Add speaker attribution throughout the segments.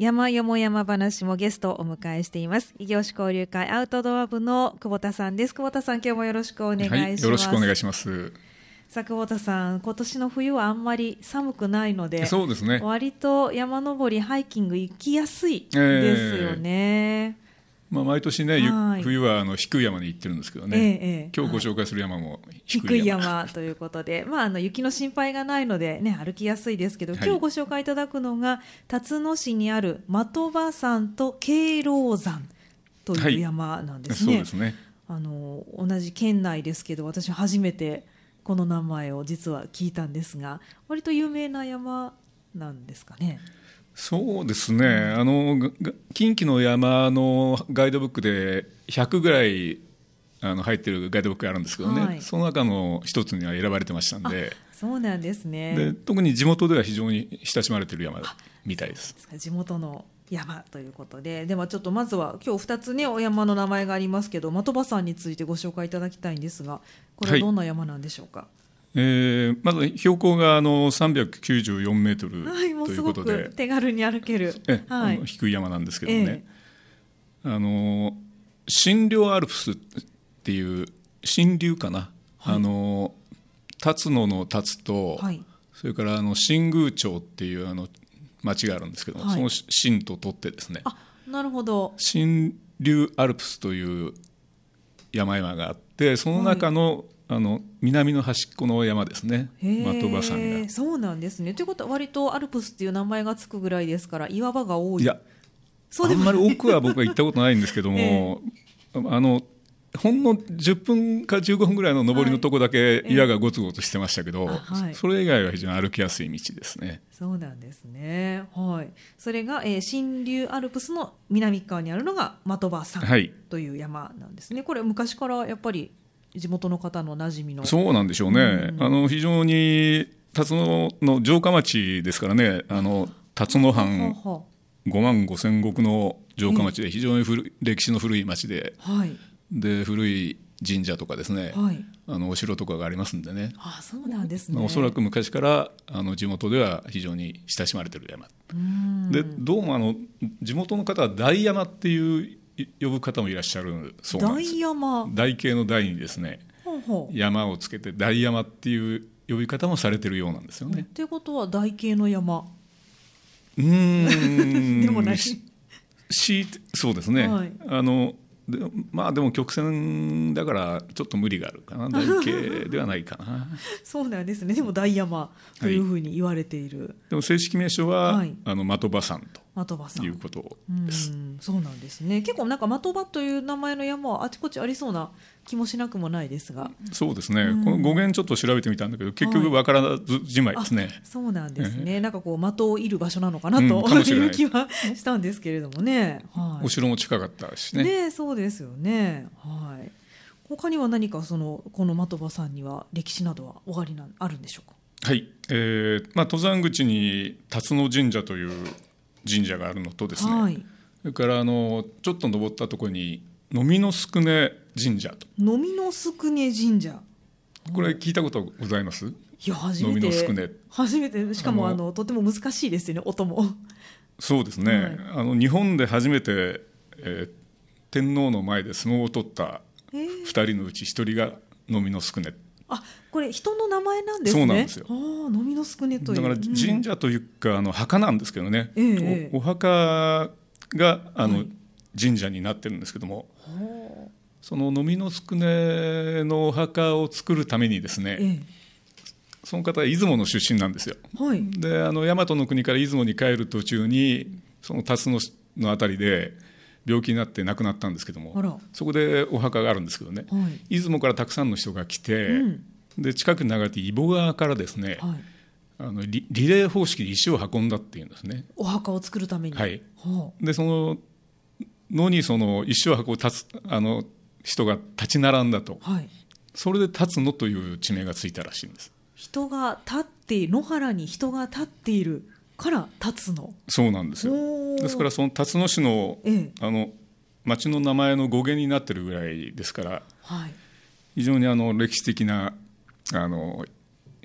Speaker 1: 山よも山話もゲストをお迎えしています。異業種交流会アウトドア部の久保田さんです。久保田さん、今日もよろしくお願いします。
Speaker 2: はい、よろしくお願いします。
Speaker 1: さあ久保田さん、今年の冬はあんまり寒くないので、
Speaker 2: そうですね。
Speaker 1: 割と山登り、ハイキング行きやすいですよね。
Speaker 2: まあ毎年ね、ゆ
Speaker 1: はい
Speaker 2: 冬はあの低い山に行ってるんですけどね。
Speaker 1: ええええ
Speaker 2: 今日ご紹介する山も低
Speaker 1: 低い
Speaker 2: い山。
Speaker 1: 山ということで、まあ、あの雪の心配がないので、ね、歩きやすいですけど、
Speaker 2: はい
Speaker 1: 今日ご紹介いただくのが辰野市にある的場山と敬老山と
Speaker 2: は
Speaker 1: いう
Speaker 2: い
Speaker 1: 山なんです
Speaker 2: そう
Speaker 1: ね、
Speaker 2: ですね。
Speaker 1: あの同じ県内ですけど私初めてこの名前を実は聞いたんですが割と有名な山なんですかね。
Speaker 2: そうですね。あのがが近畿の山のガイドブックで100ぐらいあの入ってるガイドブックがあるんですけどね。
Speaker 1: はい
Speaker 2: その中の一つには選ばれてましたんで、
Speaker 1: そうなんですね
Speaker 2: で特に地元では非常に親しまれてる山みたいです。
Speaker 1: ですから地元の山ということでではちょっとまずは今日2つねお山の名前がありますけど的場山についてご紹介いただきたいんですがこれは
Speaker 2: はい
Speaker 1: どんな山なんでしょうか、
Speaker 2: えーまず標高があの394メートル
Speaker 1: はい、もう
Speaker 2: とい
Speaker 1: す
Speaker 2: う
Speaker 1: ご
Speaker 2: ことで
Speaker 1: く。手軽に歩ける
Speaker 2: ええ、
Speaker 1: は
Speaker 2: あの
Speaker 1: い、
Speaker 2: 低い山なんですけど
Speaker 1: え
Speaker 2: ね、あの新領アルプスっていう新流かな、
Speaker 1: はい
Speaker 2: あの辰野の辰と、
Speaker 1: はい
Speaker 2: それからあの新宮町っていうあの町があるんですけども、
Speaker 1: はい
Speaker 2: その新と取ってですね
Speaker 1: あなるほど
Speaker 2: 新流アルプスという山々があってその中の,、あの南の端っこの山ですね
Speaker 1: へえ
Speaker 2: 的場山が。
Speaker 1: そうなんですねということは割とアルプスっていう名前がつくぐらいですから岩場が多い
Speaker 2: いや
Speaker 1: そう
Speaker 2: あ
Speaker 1: で
Speaker 2: ん
Speaker 1: も
Speaker 2: まり奥は僕は行ったことないんです けども、あのほんの10分か15分ぐらいの上りのとこだけ
Speaker 1: はい
Speaker 2: 岩がゴツゴツしてましたけど、
Speaker 1: あはい
Speaker 2: それ以外は非常に歩きやすい道ですね。
Speaker 1: そうなんですねはいそれが、えー、新流アルプスの南側にあるのが的場山
Speaker 2: はい
Speaker 1: という山なんですね。これ昔からやっぱり地元の方の馴染みの。
Speaker 2: そうなんでしょうね、
Speaker 1: うん
Speaker 2: あの非常に辰野の城下町ですからねあの辰野藩
Speaker 1: は
Speaker 2: 5万5千石の城下町で非常に古い歴史の古い町で
Speaker 1: あはあはい
Speaker 2: で古い神社とかですね
Speaker 1: はい。
Speaker 2: あのお城とかがありますんでね
Speaker 1: ああそうなんですね。
Speaker 2: まあおそらく昔からあの地元では非常に親しまれてる山、
Speaker 1: うん。
Speaker 2: でどうもあの地元の方は大山っていうい呼ぶ方もいらっしゃるそうなんです
Speaker 1: 大山。は
Speaker 2: 大系の大にですね
Speaker 1: あはあ
Speaker 2: 山をつけて大山っていう呼び方もされてるようなんですよね
Speaker 1: っ。ていうことは台形の山。
Speaker 2: うーん
Speaker 1: でもない。
Speaker 2: ししそうですね、
Speaker 1: はい
Speaker 2: あのでまあでも曲線だからちょっと無理があるかな大系ではないか な
Speaker 1: そうなんですね。でも大山というふうに言われている
Speaker 2: でも正式名称は、
Speaker 1: はい
Speaker 2: あの的場山
Speaker 1: 的場さ
Speaker 2: と
Speaker 1: ん。
Speaker 2: いう
Speaker 1: う
Speaker 2: ことです。
Speaker 1: ん。そうなんですね。結構なんか的場という名前の山はあちこちありそうな気もしなくもないですが。
Speaker 2: そうですね、
Speaker 1: うん
Speaker 2: この語源ちょっと調べてみたんだけど結
Speaker 1: は
Speaker 2: 局
Speaker 1: い
Speaker 2: わからずじまいですね、
Speaker 1: あそうなんですね、なんかこう的を射る場所なのかなと、
Speaker 2: うんかもしれない
Speaker 1: いう気はしたんですけれどもね。はい、
Speaker 2: お城も近かったし
Speaker 1: ね
Speaker 2: ね
Speaker 1: そうですよね。はい。他には何かそのこの的場さんには歴史などはおありなんあるんでしょうか。
Speaker 2: はい、えーまあ、登山口に辰野神社という神社があるのとですね、
Speaker 1: はい。
Speaker 2: それからあのちょっと登ったところに飲みの宿根神社と
Speaker 1: のみのすくね神社。
Speaker 2: これ聞いたことございます
Speaker 1: いや初
Speaker 2: の
Speaker 1: め
Speaker 2: みの
Speaker 1: て
Speaker 2: すくね
Speaker 1: 初めてしかもあ
Speaker 2: あ
Speaker 1: の
Speaker 2: の
Speaker 1: とても難しいですよね音も。
Speaker 2: そうですね、
Speaker 1: はい
Speaker 2: あの日本で初めて、えー天皇の前で相撲を取った
Speaker 1: えー
Speaker 2: 2人のうち1人が飲みの宿根
Speaker 1: あこれ人の名前なんですね。
Speaker 2: そうなんですよ
Speaker 1: ああのみのすくねという。
Speaker 2: だから
Speaker 1: うん
Speaker 2: 神社というか、あの墓なんですけどね、
Speaker 1: ええ
Speaker 2: おお墓があの、
Speaker 1: はい
Speaker 2: 神社になってるんですけども
Speaker 1: ほう
Speaker 2: その飲みの宿根のお墓を作るためにですね、
Speaker 1: え
Speaker 2: その方は出雲の出身なんですよ
Speaker 1: えはい。
Speaker 2: であの大和の国から出雲に帰る途中にその辰野のあたりで病気になって亡くなったんですけど
Speaker 1: あ
Speaker 2: も
Speaker 1: ら。
Speaker 2: そこでお墓があるんですけどね
Speaker 1: はい。
Speaker 2: 出雲からたくさんの人が来て、
Speaker 1: うん
Speaker 2: で近くに流れて揖保川からですね、
Speaker 1: はい。
Speaker 2: あのリリレー方式で石を運んだっていうんですね。
Speaker 1: お墓を作るために。
Speaker 2: はい、
Speaker 1: は
Speaker 2: でその野にその石を運ぶ立つあの人が立ち並んだと
Speaker 1: あはい。
Speaker 2: それで立つのという地名がついたらしいんです
Speaker 1: 人が立って野原に人が立っているから立つの。。
Speaker 2: そうなんですよですかららその辰野市の
Speaker 1: ええ。
Speaker 2: あの町の名前の語源になってるぐらいですから
Speaker 1: はい。
Speaker 2: 非常にあの歴史的なあの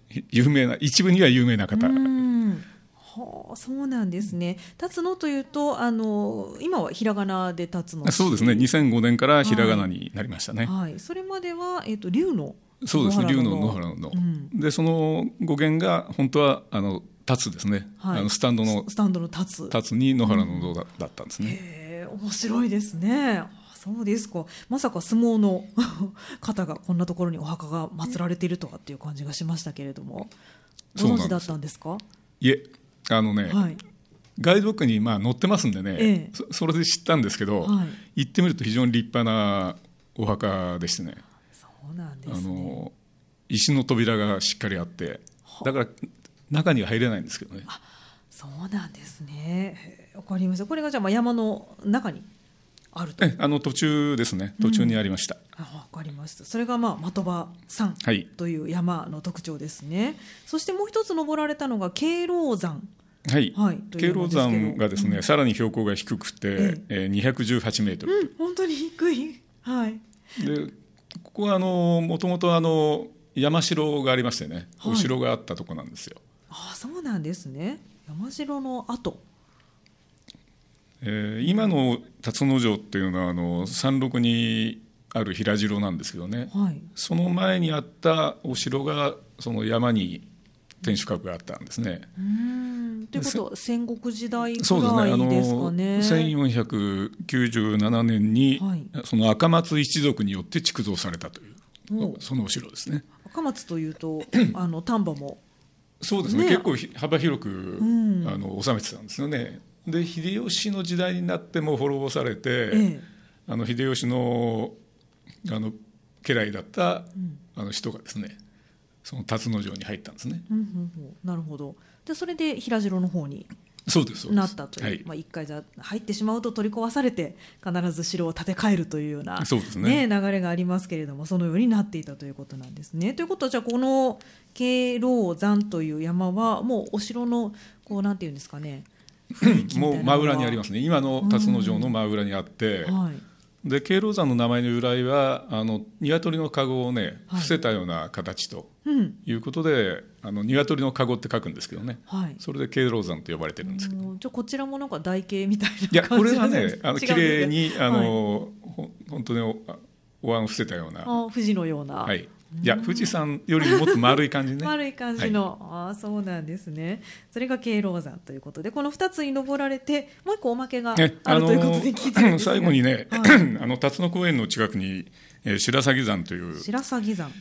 Speaker 2: ひ有名な一部には有名な
Speaker 1: う
Speaker 2: 方
Speaker 1: ん。はそうなんですね。辰野というと、あの今はひらがなで辰野。
Speaker 2: そうですね。2005年からひらがなになりましたね。
Speaker 1: はい。それまではえっ、と龍の
Speaker 2: そうですね。
Speaker 1: 野
Speaker 2: 龍
Speaker 1: 原
Speaker 2: の野原の野
Speaker 1: うん
Speaker 2: でその語源が本当はあの立つですね。
Speaker 1: はい
Speaker 2: あのスタンドの
Speaker 1: ススタンドの立つ。
Speaker 2: 立つに野原の野だだったんですね。
Speaker 1: へえ面白いですね。あそうですか。まさか相撲の 方がこんなところにお墓が祀られているとはっていう感じがしましたけれども、ご
Speaker 2: そ
Speaker 1: 存
Speaker 2: うなんです
Speaker 1: 知だったんですか。
Speaker 2: いえあのね、
Speaker 1: はい。
Speaker 2: ガイドブックにまあ載ってますんでね、
Speaker 1: ええ
Speaker 2: そそれで知ったんですけど、
Speaker 1: はい
Speaker 2: 行ってみると非常に立派なお墓でしてね
Speaker 1: そうなんで
Speaker 2: あ
Speaker 1: すね。
Speaker 2: の石の扉がしっかりあってだから中には入れないんですけどね
Speaker 1: そうなんですね。へえわかりました。これがじゃあまあ山の中にあると。
Speaker 2: えあの途中ですね途中にありました、
Speaker 1: あわかりました。それがまあ的場山
Speaker 2: はい
Speaker 1: という山の特徴ですね。そしてもう一つ登られたのが敬老山。
Speaker 2: はい、
Speaker 1: はい
Speaker 2: 経路山がですね、
Speaker 1: うん
Speaker 2: さらに標高が低くて、
Speaker 1: え
Speaker 2: えー218メートル、
Speaker 1: うん、本当に低い。はい。
Speaker 2: でここはあのもともとあの山城がありましてね、
Speaker 1: はい
Speaker 2: お城があったとこなんですよ、
Speaker 1: ああ、そうなんですね。山城の後。
Speaker 2: えー今の辰野城っていうのはあの山麓にある平城なんですけどね
Speaker 1: はい。
Speaker 2: その前にあったお城がその山に天守閣があったんですね。
Speaker 1: うーん。ということは戦国時代ぐ
Speaker 2: そうですね。
Speaker 1: ら
Speaker 2: あ
Speaker 1: い
Speaker 2: の
Speaker 1: ですかね。
Speaker 2: 1497年に、
Speaker 1: はい
Speaker 2: その赤松一族によって築造されたという
Speaker 1: おう。
Speaker 2: そのお城ですね。
Speaker 1: 赤松というと、あの丹波も。
Speaker 2: そうですね。
Speaker 1: ね
Speaker 2: 結構ひ幅広く、
Speaker 1: ん
Speaker 2: あの治めてたんですよね。で秀吉の時代になっても滅ぼされて、
Speaker 1: ええ。
Speaker 2: あの秀吉のあの家来だった、あの人がですねその辰野城に入ったんですね。
Speaker 1: うんうんうん、なるほど。で、それで平城の方に
Speaker 2: そうですそうです
Speaker 1: なったという、
Speaker 2: はい
Speaker 1: まあ、一回じゃ入ってしまうと取り壊されて必ず城を建て替えるというような
Speaker 2: そうですね
Speaker 1: 流れがありますけれどもそのようになっていたということなんですね。ということはじゃあこの敬老山という山はもうお城のこうなんていうんですかね雰囲気みた
Speaker 2: も
Speaker 1: いうな。
Speaker 2: 真裏にありますすね今の辰野城の真裏にあって、
Speaker 1: はい
Speaker 2: で敬老山の名前の由来はあの鶏の籠をね
Speaker 1: はい
Speaker 2: 伏せたような形と
Speaker 1: うん
Speaker 2: いうことで、あの鶏の籠って書くんですけどね
Speaker 1: はい、
Speaker 2: それで敬老山と呼ばれてるんですけど、
Speaker 1: うんじゃあこちらもなんか台形みたい
Speaker 2: いや
Speaker 1: な感
Speaker 2: こ
Speaker 1: じ
Speaker 2: れは
Speaker 1: です
Speaker 2: ねあ
Speaker 1: 違う
Speaker 2: の
Speaker 1: んです
Speaker 2: 綺麗にあ
Speaker 1: はい
Speaker 2: の、ほん本当におあお椀を伏せたような
Speaker 1: あ富士のような、
Speaker 2: はい、いや富士山よりももっと丸い感じね。
Speaker 1: 丸い感じの、ああそうなんですねそれが敬老山ということでこの2つに登られてもう一個おまけがある
Speaker 2: ねあの
Speaker 1: ということで聞いてるんですが
Speaker 2: 最後にね、
Speaker 1: は
Speaker 2: あの辰野公園の近くに、えー白鷺山という
Speaker 1: 白鷺山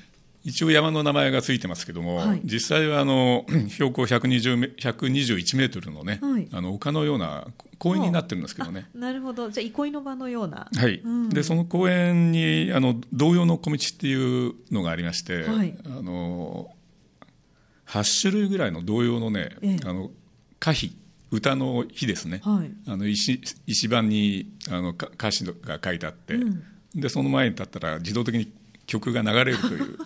Speaker 2: 一応山の名前がついてますけども、
Speaker 1: はい
Speaker 2: 実際はあの 標高120メ121メートルのね、
Speaker 1: はい
Speaker 2: あの丘のような公園になってるんですけどね。
Speaker 1: なるほどじゃあ憩いの場のような
Speaker 2: はい
Speaker 1: うん
Speaker 2: でその公園にあの同様の小道っていうのがありまして、
Speaker 1: はい
Speaker 2: あの8種類ぐらいの同様のね、
Speaker 1: ええ
Speaker 2: あの歌碑歌の碑ですね、
Speaker 1: はい
Speaker 2: あの石石板にあのか歌詞が書いてあって、
Speaker 1: うん
Speaker 2: でその前に立ったら自動的に曲が流れるという、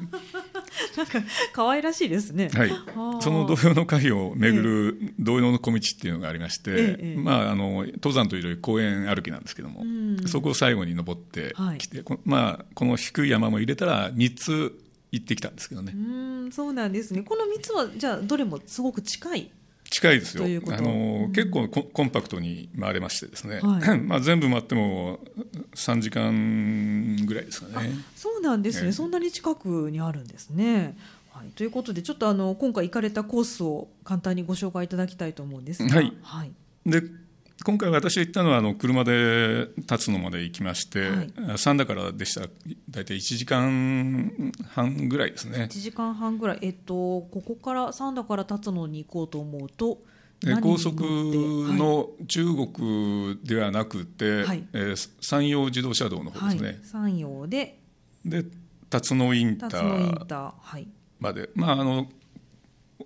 Speaker 1: なんか可愛らしいですね、
Speaker 2: はい
Speaker 1: ー、
Speaker 2: その同様の歌碑を巡る同様の小道っていうのがありまして、
Speaker 1: ええええ
Speaker 2: まあ、あの登山というより公園歩きなんですけども、
Speaker 1: ん
Speaker 2: そこを最後に登ってきて、このまあ、この低い山も入れたら3つ行ってきたんですけどね
Speaker 1: う、ーんそうなんですねこの3つはじゃあどれもすごく近い
Speaker 2: 近いですよ
Speaker 1: ということ
Speaker 2: あの、結構コンコンパクトに回れましてですね、
Speaker 1: はい
Speaker 2: まあ、全部回っても3時間ぐらいですかね。
Speaker 1: そうなんですね、
Speaker 2: ええ
Speaker 1: そんなに近くにあるんですね。はい、ということでちょっとあの今回行かれたコースを簡単にご紹介いただきたいと思うんですが、
Speaker 2: はい
Speaker 1: はい、
Speaker 2: で今回私が行ったのはあの車で立つのまで行きまして、
Speaker 1: はい
Speaker 2: 三田からでした大体1時間半ぐらいですね
Speaker 1: 1時間半ぐらい、えっと、ここから三田から立つのに行こうと思うと
Speaker 2: で
Speaker 1: 何に乗
Speaker 2: 高
Speaker 1: って
Speaker 2: 速
Speaker 1: はい
Speaker 2: の中国ではなくて、
Speaker 1: はい
Speaker 2: えー山陽自動車道の方
Speaker 1: は
Speaker 2: で
Speaker 1: い
Speaker 2: すね、
Speaker 1: 山陽で
Speaker 2: で辰野インタ
Speaker 1: 立つのイン
Speaker 2: ー
Speaker 1: ター、はい、
Speaker 2: までまああの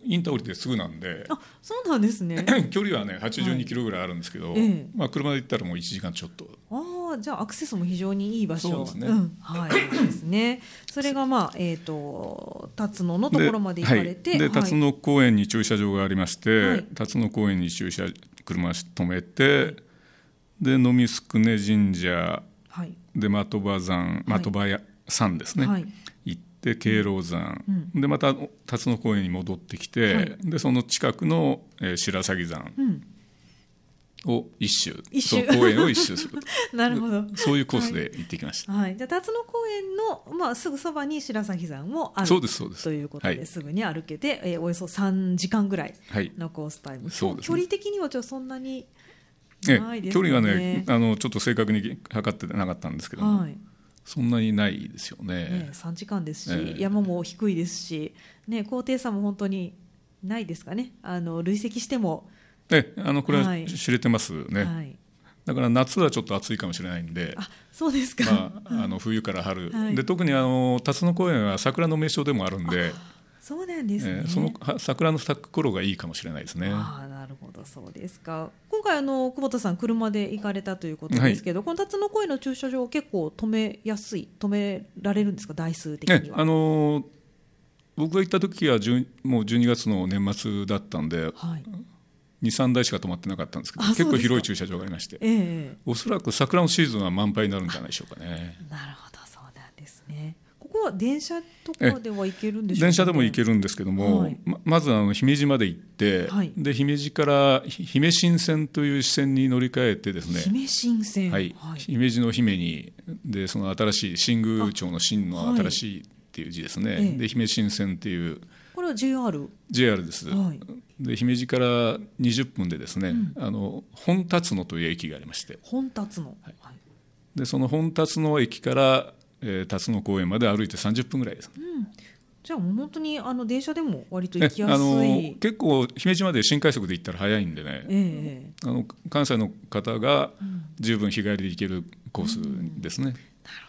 Speaker 2: インター降りてすぐなんで
Speaker 1: あそうなんですね
Speaker 2: 距離はね
Speaker 1: はい
Speaker 2: 82キロぐらいあるんですけど、
Speaker 1: ええ
Speaker 2: まあ、車で行ったらもう1時間ちょっと
Speaker 1: ああじゃあアクセスも非常にいい場所
Speaker 2: そうですね
Speaker 1: んはい、ですねそれがまあ、えっと立野のところまで行かれて
Speaker 2: はい、で
Speaker 1: はい
Speaker 2: 辰野公園に駐車場がありまして、
Speaker 1: はい
Speaker 2: 辰野公園に駐車車し止めてでノミスクネ神社
Speaker 1: はい
Speaker 2: で的場山
Speaker 1: はい
Speaker 2: 的場や山ですね、
Speaker 1: はい
Speaker 2: 行っで敬老山、
Speaker 1: う
Speaker 2: でまた辰野公園に戻ってきて、
Speaker 1: はい
Speaker 2: でその近くの、えー白鷺山
Speaker 1: うん、
Speaker 2: を一周
Speaker 1: 一周
Speaker 2: その公園を一周 する
Speaker 1: なるほど。
Speaker 2: そういうコースで行ってきました、
Speaker 1: はい、じゃあ辰野公園の、まあ、すぐそばに白鷺山もある
Speaker 2: そうですそうです
Speaker 1: ということで、
Speaker 2: はい
Speaker 1: すぐに歩けて、えーおよそ3時間ぐらい
Speaker 2: はい
Speaker 1: のコースタイム、
Speaker 2: そうですね
Speaker 1: 距離的にはちょっとそんなに
Speaker 2: え
Speaker 1: ない
Speaker 2: え
Speaker 1: です
Speaker 2: 距
Speaker 1: よね。
Speaker 2: 離がねあのちょっと正確に測ってなかったんですけども、
Speaker 1: はい
Speaker 2: そんなにないですよね
Speaker 1: ね、3時間ですし、
Speaker 2: ええ
Speaker 1: 山も低いですし、ね、高低差も本当にないですかね、あの累積しても、
Speaker 2: ええあのこれは
Speaker 1: はい
Speaker 2: 知れてますね、
Speaker 1: はい、
Speaker 2: だから夏はちょっと暑いかもしれないんで
Speaker 1: あそうですか、
Speaker 2: まあ、あの冬から春、
Speaker 1: はい
Speaker 2: で特にあの辰野公園は桜の名所でもあるんで
Speaker 1: そうなんですね。
Speaker 2: えーそのは桜の咲く頃がいいかもしれないですね。
Speaker 1: ああなるほどそうですか今回あの久保田さん車で行かれたということですけど、この辰野公園の駐車場結構止めやすい止められるんですか台数的
Speaker 2: ね
Speaker 1: に、は、
Speaker 2: あのー僕が行った時は10もう12月の年末だったんで
Speaker 1: はい
Speaker 2: 23台しか止まってなかったんですけど
Speaker 1: あ
Speaker 2: 結
Speaker 1: そう
Speaker 2: 構
Speaker 1: ですか
Speaker 2: 広い駐車場がありまして
Speaker 1: ええ
Speaker 2: おそらく桜のシーズンは満杯になるんじゃないでしょうかね
Speaker 1: なるほどそうなんですねここは電車とかでは行けるんでしょうか、
Speaker 2: 電車でも行け
Speaker 1: る
Speaker 2: るんですけども、
Speaker 1: はい
Speaker 2: ままずあの姫路まで行って、
Speaker 1: はい
Speaker 2: で姫路からひ姫新線という支線に乗り換えてですね
Speaker 1: 姫新線
Speaker 2: はい、姫路の姫にでその新しい新宮町の新の新しいっていう字ですね、
Speaker 1: はいええ
Speaker 2: で姫路新線っていう
Speaker 1: これは JR
Speaker 2: JR です、
Speaker 1: はい
Speaker 2: で姫路から20分でですね、あの本辰野という駅がありまして
Speaker 1: 本達の、はい
Speaker 2: でその本辰野駅から、えー、辰野公園まで歩いて30分ぐらいです、
Speaker 1: じゃあもう本当にあの電車でも割と
Speaker 2: ね
Speaker 1: 行きやすい、
Speaker 2: あの結構姫路まで新快速で行ったら早いんでね、
Speaker 1: ええ
Speaker 2: あの関西の方が十分日帰りで行けるコースですね、
Speaker 1: なる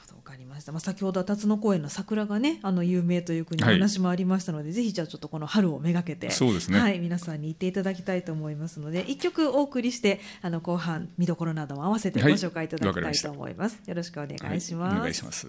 Speaker 1: ほど、わかりました。まあ、先ほどは辰野公園の桜がね、あの有名という国の話もありましたので、ぜひじゃあちょっとこの春をめがけて。
Speaker 2: そうですね
Speaker 1: はい、皆さんに行っていただきたいと思いますので、一曲お送りして、あの後半見どころなども合わせてご
Speaker 2: はい
Speaker 1: 紹介いただ
Speaker 2: わ
Speaker 1: き
Speaker 2: かり
Speaker 1: たい
Speaker 2: ました
Speaker 1: と思います。よろしくお願いし
Speaker 2: はお願いします